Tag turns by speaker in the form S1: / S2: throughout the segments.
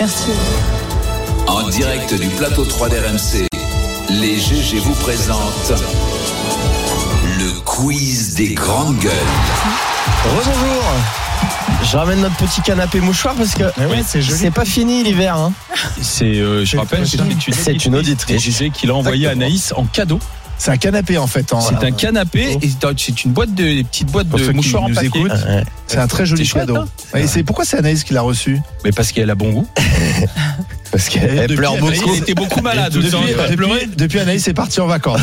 S1: Merci.
S2: En direct du plateau 3 d'RMC, les GG vous présentent le quiz des grandes gueules.
S3: Rebonjour. Je ramène notre petit canapé mouchoir parce que
S4: Mais ouais, c'est joli.
S3: c'est pas fini l'hiver. hein.
S4: C'est, euh, je rappelle, c'est une,
S3: C'est une
S4: Et
S3: auditrice.
S4: GG qui l'a envoyé à
S3: Exactement.
S4: Anaïs en cadeau.
S5: C'est un canapé en fait. en-
S4: C'est un canapé et c'est un- c'est une boîte de des petites boîtes
S5: Pour
S4: de
S5: ceux qui
S4: mouchoirs en
S5: nous
S4: papier.
S5: écoutent.
S3: Ouais.
S5: C'est un très joli
S4: C'est chouette,
S5: cadeau.
S4: hein
S5: Ouais, et c'est pourquoi c'est Anaïs qui l'a reçu
S4: Mais parce qu'elle a bon goût.
S3: Parce qu'elle
S5: depuis,
S3: pleure
S5: elle
S3: beaucoup.
S4: Elle était beaucoup malade.
S5: depuis,
S4: vous en avez pas pleuré
S5: depuis, depuis, Anaïs est partie en vacances.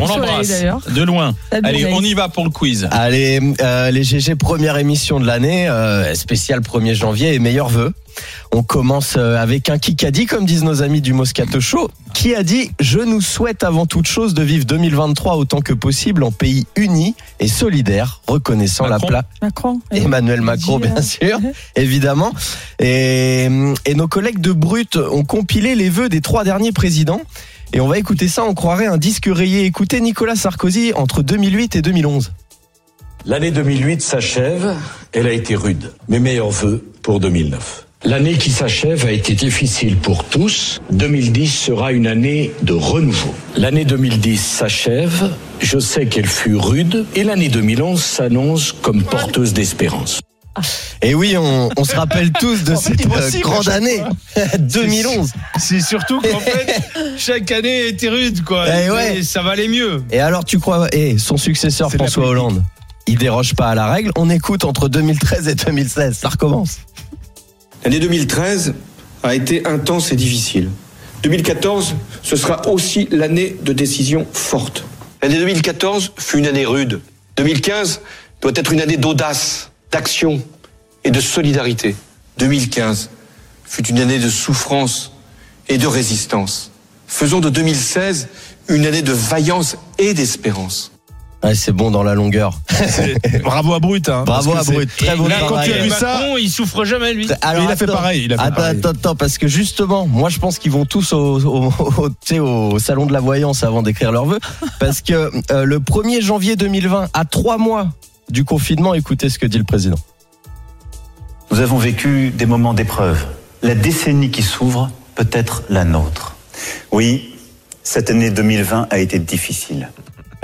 S4: On
S6: Sur la
S4: l'embrasse
S6: haie, d'ailleurs.
S4: de loin.
S6: Salut,
S4: Allez,
S6: Anaïs.
S4: on y va pour le quiz.
S3: Allez, euh, les GG, première émission de l'année, euh, spéciale 1er janvier et meilleurs vœux. On commence euh, avec un qui a dit, comme disent nos amis du Moscato Show, qui a dit Je nous souhaite avant toute chose de vivre 2023 autant que possible en pays uni et solidaire, reconnaissant
S4: Macron.
S3: la place.
S6: Macron.
S4: Eh,
S3: Emmanuel Macron,
S6: Dit, euh,
S3: bien
S5: hein.
S3: sûr, évidemment. Et, et nos collègues de Brut ont compilé les vœux des trois derniers présidents. Et on va écouter ça, on croirait un disque rayé. Écoutez Nicolas Sarkozy entre 2008 et 2011.
S7: L'année 2008 s'achève, elle a été rude. Mes meilleurs voeux pour 2009. L'année qui s'achève a été difficile pour tous. 2010 sera une année de renouveau. L'année 2010 s'achève, je sais qu'elle fut rude, et l'année 2011 s'annonce comme porteuse d'espérance.
S3: Et oui, on, on se rappelle tous de
S5: En fait,
S3: cette
S5: il
S3: euh,
S5: m'ossive à
S3: grande
S5: chaque
S3: année 2011.
S4: C'est surtout qu'en fait, chaque année était rude, quoi.
S3: Eh ouais.
S4: Et Ça valait mieux.
S3: Et alors tu crois, et son successeur
S5: C'est de la
S3: François
S5: politique.
S3: Hollande, il déroge pas à la règle. On écoute entre 2013 et 2016, ça recommence.
S8: L'année 2013 a été intense et difficile. 2014, ce sera aussi l'année de décisions fortes. L'année 2014 fut une année rude. 2015 doit être une année d'audace, d'action et de solidarité. 2015 fut une année de souffrance et de résistance. Faisons de 2016 une année de vaillance et d'espérance.
S3: Ouais, c'est bon dans la longueur.
S5: Bravo à Brut. hein,
S3: Bravo à
S5: parce que
S3: Brut, très bon
S5: là, quand
S3: travail.
S5: tu as vu ça-
S4: Macron, il souffre jamais, lui.
S3: Alors,
S5: il a fait
S3: attends.
S5: pareil, il a fait
S3: attends,
S5: pareil.
S3: attends, attends, parce que justement, moi je pense qu'ils vont tous au, au- au- tu sais, au salon de la voyance avant d'écrire leurs vœux. Parce que euh, le 1er janvier 2020, à trois mois du confinement, écoutez ce que dit le président.
S9: Nous avons vécu des moments d'épreuve. La décennie qui s'ouvre peut être la nôtre. Oui, cette année 2020 a été difficile.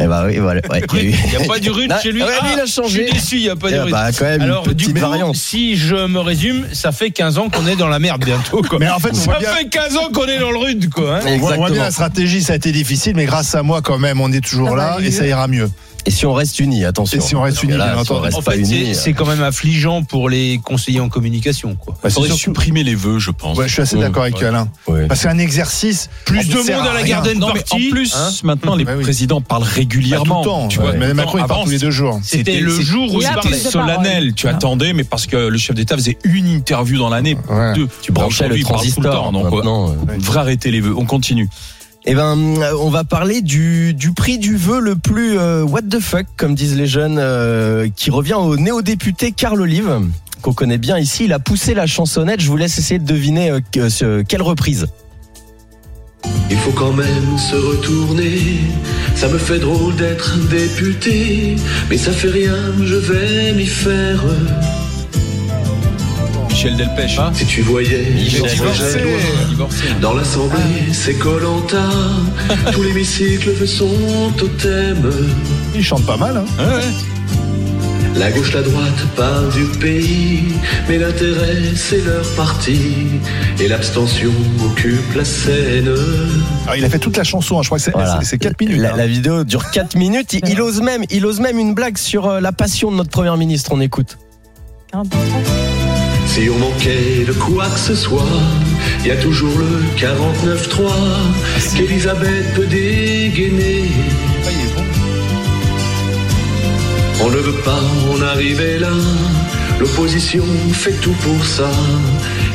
S3: Eh bah oui, voilà. ouais, il y a eu-
S4: Il n'y a pas du rude
S3: Non,
S4: chez lui.
S3: ouais,
S4: Ah,
S3: lui, il a
S4: Je
S3: changé.
S4: suis déçu, il n'y a pas
S3: Eh
S4: de rude.
S3: bah, quand même, une
S4: Alors, du
S3: petite
S4: coup,
S3: variante.
S4: si je me résume, ça fait 15 ans qu'on est dans la merde bientôt, quoi.
S5: Mais en fait, on voit
S4: ça
S5: bien.
S4: fait 15 ans qu'on est dans le rude, quoi. hein.
S5: on voit- on voit bien
S3: Exactement.
S5: la stratégie, ça a été difficile, mais grâce à moi quand même, on est toujours
S6: Ça va
S5: là
S6: aller
S5: et ça
S6: mieux.
S5: ira mieux.
S3: Et si on reste unis, attention.
S5: Et si on reste
S3: Parce que
S5: unis,
S3: là,
S5: bien
S3: si on
S5: entendu.
S3: reste
S4: En
S3: pas
S4: fait,
S3: unis, euh.
S4: c'est- c'est quand même affligeant pour les conseillers en communication, quoi.
S5: Bah, c'est
S4: Faudrait
S5: sûr que-
S4: supprimer les vœux, je pense.
S5: Ouais, je suis assez d'accord avec euh, Alain.
S3: ouais.
S5: Parce qu'un exercice,
S4: En
S5: plus
S4: plus,
S5: de
S4: sert
S5: monde à la
S4: rien.
S5: garden
S4: Non, mais
S5: party.
S4: En plus,
S5: Hein
S4: maintenant, les
S5: Bah oui.
S4: présidents parlent
S5: Bah, tout
S4: régulièrement.
S5: le temps.
S4: tu vois.
S5: Mais Macron, il
S4: Avant,
S5: parle tous les deux jours.
S4: C'était le jour où
S6: La
S4: c'était
S6: prise de parole.
S4: solennel. Tu
S6: Ah.
S4: attendais, mais parce que le chef d'État faisait une interview dans l'année.
S5: Ouais.
S4: Deux.
S3: tu branchais
S4: Aujourd'hui,
S3: le
S4: il parle tout le
S3: transistor.
S4: temps, donc, ouais.
S3: maintenant, euh.
S4: On devrait arrêter les vœux. On continue.
S3: Eh ben, euh, on va parler du, du prix du vœu le plus euh, what the fuck, comme disent les jeunes, euh, qui revient au néo-député Carl Olive, qu'on connaît bien ici. Il a poussé la chansonnette. Je vous laisse essayer de deviner euh, que- ce- quelle reprise.
S10: Il faut quand même se retourner. Ça me fait drôle d'être député, mais ça fait rien, je vais m'y faire.
S4: Michel Delpech.
S10: Si tu voyais,
S3: Michel
S10: j'en
S3: Divorcé.
S10: faisais loin. Dans l'assemblée, c'est Colanta. Tout l'hémicycle fait son totem.
S5: Il chante pas mal. hein.
S10: La gauche, la droite parle du pays, mais l'intérêt, c'est leur parti. Et l'abstention occupe la scène.
S5: Alors, il a fait toute la chanson, hein, je crois que c'est
S3: Voilà.
S5: 4 minutes.
S3: La,
S5: hein.
S3: la vidéo dure 4 minutes. Il, il ose même, il ose même une blague sur euh, la passion de notre première ministre. On écoute.
S10: Si on manquait de quoi que ce soit, y a toujours le 49-3 qu'Elisabeth peut dégainer. On ne veut pas en arriver là, l'opposition fait tout pour ça,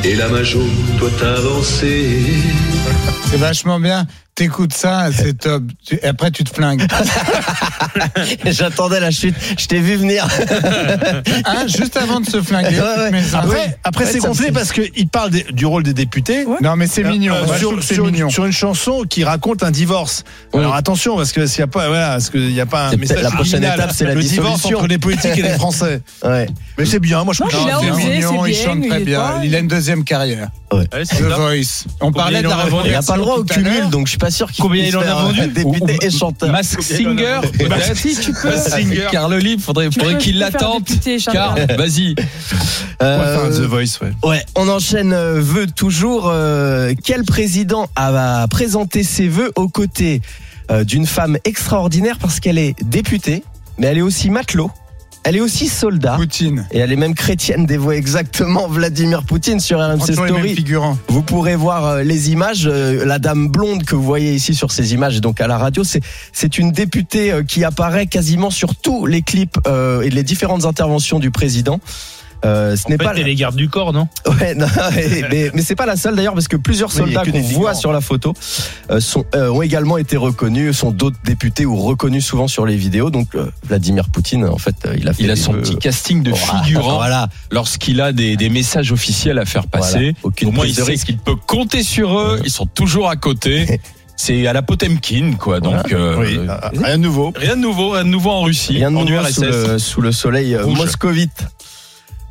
S10: et la majo doit avancer.
S11: C'est vachement bien.
S1: T'écoutes ça, c'est top. Tu- et Après, tu te flingues.
S3: J'attendais la chute, je t'ai vu venir.
S1: Hein, juste avant de se flinguer.
S3: Ouais, ouais. Ah
S1: mais ça-
S5: Après, après
S3: Ouais,
S5: c'est
S3: ça me
S5: gonflé
S3: fait-
S5: parce qu'il parle des- du rôle des députés.
S1: Non, mais c'est mignon.
S5: Euh,
S1: Moi, je trouve
S5: sur,
S1: que c'est
S5: sur une-
S1: mignon.
S5: sur une chanson qui raconte un divorce. Alors attention, parce que s'il n'y a pas, voilà, parce qu'il y a pas un
S3: C'est
S5: message
S3: peut-être la prochaine
S5: subliminal.
S3: étape, c'est la
S5: le divorce
S3: dissolution.
S5: entre les politiques et les Français.
S3: Ouais.
S5: Mais c'est bien, moi je trouve
S6: il a
S5: que c'est
S1: C'est
S6: osé,
S5: bien.
S1: mignon,
S6: c'est
S1: il
S6: bien,
S1: chante
S6: il
S1: très
S6: est
S1: bien.
S6: pas-
S1: Il a une deuxième carrière.
S4: Ouais, c'est
S1: The
S4: top.
S1: Voice. On parlait de
S4: il en
S1: la
S4: a vendu
S3: Il n'a
S1: revendication
S3: pas le droit au
S1: tout à l'heure.
S3: cumul, donc je suis pas sûr qu'il
S4: Combien
S3: puisse
S4: il en a
S3: faire, euh,
S4: vendu
S3: Député et chanteur.
S4: Mask Singer,
S3: Eh ben,
S5: Bah,
S4: peut-être.
S6: Si tu peux.
S4: Singer. Car le livre, faudrait,
S6: Tu
S4: faudrait
S6: peux
S4: qu'il
S6: faire
S4: l'attende.
S6: députer,
S4: Car,
S6: Charles.
S4: vas-y.
S3: Euh,
S5: Enfin, The Voice, ouais.
S3: ouais, on enchaîne euh, vœux toujours. euh, quel président a, a présenté ses vœux aux côtés euh, d'une femme extraordinaire parce qu'elle est députée, mais elle est aussi matelot, elle est aussi soldat.
S1: Poutine.
S3: Et elle est même chrétienne, dévoue exactement Vladimir Poutine sur RMC
S1: Franchement, il est même
S3: Story.
S1: figurant.
S3: Vous pourrez voir euh, les images. Euh, La dame blonde que vous voyez ici sur ces images, et donc à la radio, c'est c'est une députée euh, qui apparaît quasiment sur tous les clips euh, et les différentes interventions du président. Euh, ce
S4: En fait,
S3: n'est pas
S4: t'es les gardes du corps, non
S3: ouais, non, mais, mais- mais c'est pas la seule d'ailleurs parce que plusieurs
S5: Oui, il y a
S3: soldats
S5: que
S3: qu'on
S5: des
S3: voit
S5: figurants.
S3: sur la photo euh, sont euh, ont également été reconnus, sont d'autres députés ou reconnus souvent sur les vidéos. Donc euh, Vladimir Poutine, en fait, euh, il a fait
S11: Il a
S3: des
S11: son
S3: vœux-
S11: petit casting
S4: Oh,
S11: de
S3: Voilà,
S11: figurant
S3: Voilà.
S11: lorsqu'il a des, des messages officiels à faire passer.
S3: Voilà. Aucune
S11: Au moins, il
S3: prise de
S11: sait
S3: risque.
S11: qu'il peut compter sur eux. Ils sont toujours à côté. C'est à la Potemkin, quoi. Donc, euh,
S5: Oui,
S11: euh,
S5: euh, rien de nouveau.
S11: rien de nouveau, rien de nouveau en Russie,
S3: Ah, Rien de
S11: en
S3: nouveau
S11: URSS.
S3: sous le, sous le soleil euh,
S11: Rouge.
S3: moscovite.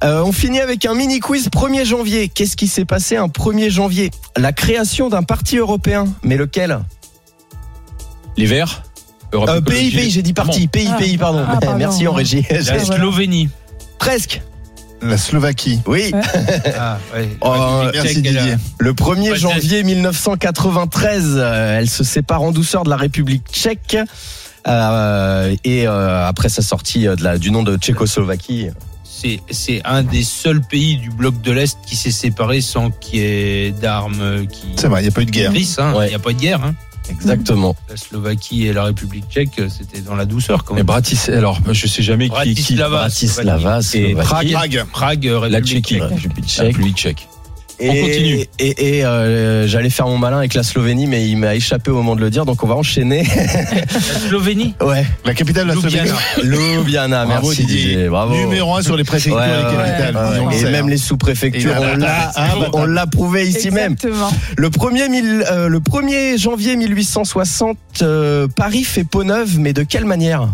S3: Euh, on finit avec un mini quiz 1er janvier. Qu'est-ce qui s'est passé un 1er janvier La création d'un parti européen. Mais lequel
S5: Oh,
S11: Les Verts. Europe
S3: Euh,
S11: Écologie
S3: Pays,
S11: Les-
S3: pays, j'ai dit parti. Pays,
S6: Ah.
S3: pays, pardon.
S6: Ah, pardon.
S3: Merci en régie.
S4: La
S3: J'ai-
S4: Slovénie.
S3: Presque.
S5: La Slovaquie.
S3: Oui.
S4: Ah, ouais.
S3: Euh,
S5: Merci Didier.
S3: le 1er
S4: Ouais,
S3: janvier 1993, euh, elle se sépare en douceur de la République tchèque. Euh, et euh, après sa sortie euh, de la, du nom de Tchécoslovaquie.
S4: C'est, c'est un des seuls pays du bloc de l'Est qui s'est séparé sans qu'il y ait d'armes euh, qui.
S5: C'est vrai, il n'y a pas eu de guerre.
S4: Triste, hein. Il
S3: Ouais.
S4: n'y a pas de guerre. Hein.
S3: Exactement.
S4: La Slovaquie et la République tchèque, euh, c'était dans la douceur quand
S11: Mais
S4: même.
S11: Bratislava. Alors, je sais jamais qui. qui
S4: Bratislava,
S3: Bratislava,
S11: et
S3: Slovaquie.
S11: Prague,
S5: Prague.
S4: Prague, euh,
S11: la
S4: République
S11: Tchéquie.
S4: tchèque.
S11: La République tchèque. La République tchèque.
S3: Et,
S11: On continue.
S3: Et, et, euh, j'allais faire mon malin avec la Slovénie, mais il m'a échappé au moment de le dire, donc on va enchaîner.
S4: La Slovénie.
S3: Ouais.
S5: La capitale de la
S4: Ljubljana.
S5: Slovénie.
S3: Ljubljana,
S5: Ah, Bravo,
S3: merci
S5: Didier.
S3: Didier, bravo.
S5: Numéro 1 sur les préfectures
S3: Ouais,
S5: et les
S3: ouais,
S5: capitales.
S3: ouais,
S5: On le
S3: ouais. Et
S5: sait,
S3: même
S5: hein.
S3: les
S5: Et
S3: sous-préfectures, on
S5: voilà,
S3: l'a,
S5: ah, bah,
S3: on l'a prouvé
S4: euh,
S3: ici même.
S6: Exactement.
S3: Le 1er, mille- euh, le 1er janvier 1860, euh, Paris fait peau neuve, mais de quelle manière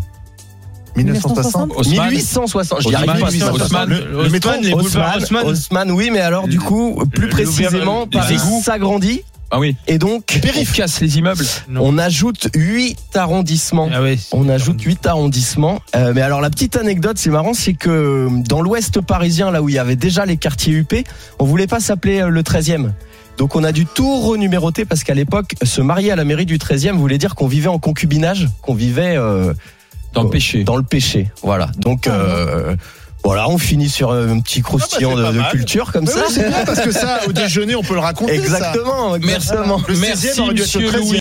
S6: 1960.
S5: 1960.
S11: Haussmann.
S3: 1860, j'y
S11: Haussmann,
S3: arrive pas.
S11: Haussmann,
S3: 1860.
S11: Haussmann,
S5: Le- Ah, le métro,
S4: les boulevards
S3: Haussmann,
S4: Haussmann.
S3: Haussmann, oui, mais alors du coup, plus
S4: le-
S3: précisément,
S4: l'ouverture
S11: des
S3: Paris
S11: égouts.
S3: s'agrandit
S11: Ah oui.
S3: et donc
S11: On casse les immeubles.
S4: Non.
S3: on ajoute 8 arrondissements.
S4: Ah ouais.
S3: On ajoute 8 arrondissements. Euh, mais alors la petite anecdote, c'est marrant, c'est que euh, dans l'ouest parisien, là où il y avait déjà les quartiers UP, on voulait pas s'appeler euh, le 13e. Donc on a dû tout renuméroter parce qu'à l'époque, se marier à la mairie du 13e voulait dire qu'on vivait en concubinage, qu'on vivait euh,
S11: Dans le péché.
S3: dans le péché. Voilà. Donc euh, voilà, on finit sur euh, un
S5: Ah bah,
S3: petit croustillant de- de, culture comme
S5: Mais
S3: ça.
S5: oui, c'est bien parce que ça, au déjeuner, on peut le raconter. ça.
S3: exactement,
S11: Merci.
S3: exactement.
S5: Le 16e
S11: Merci,
S5: aurait dû être le
S11: monsieur
S5: 13e.
S11: Louis.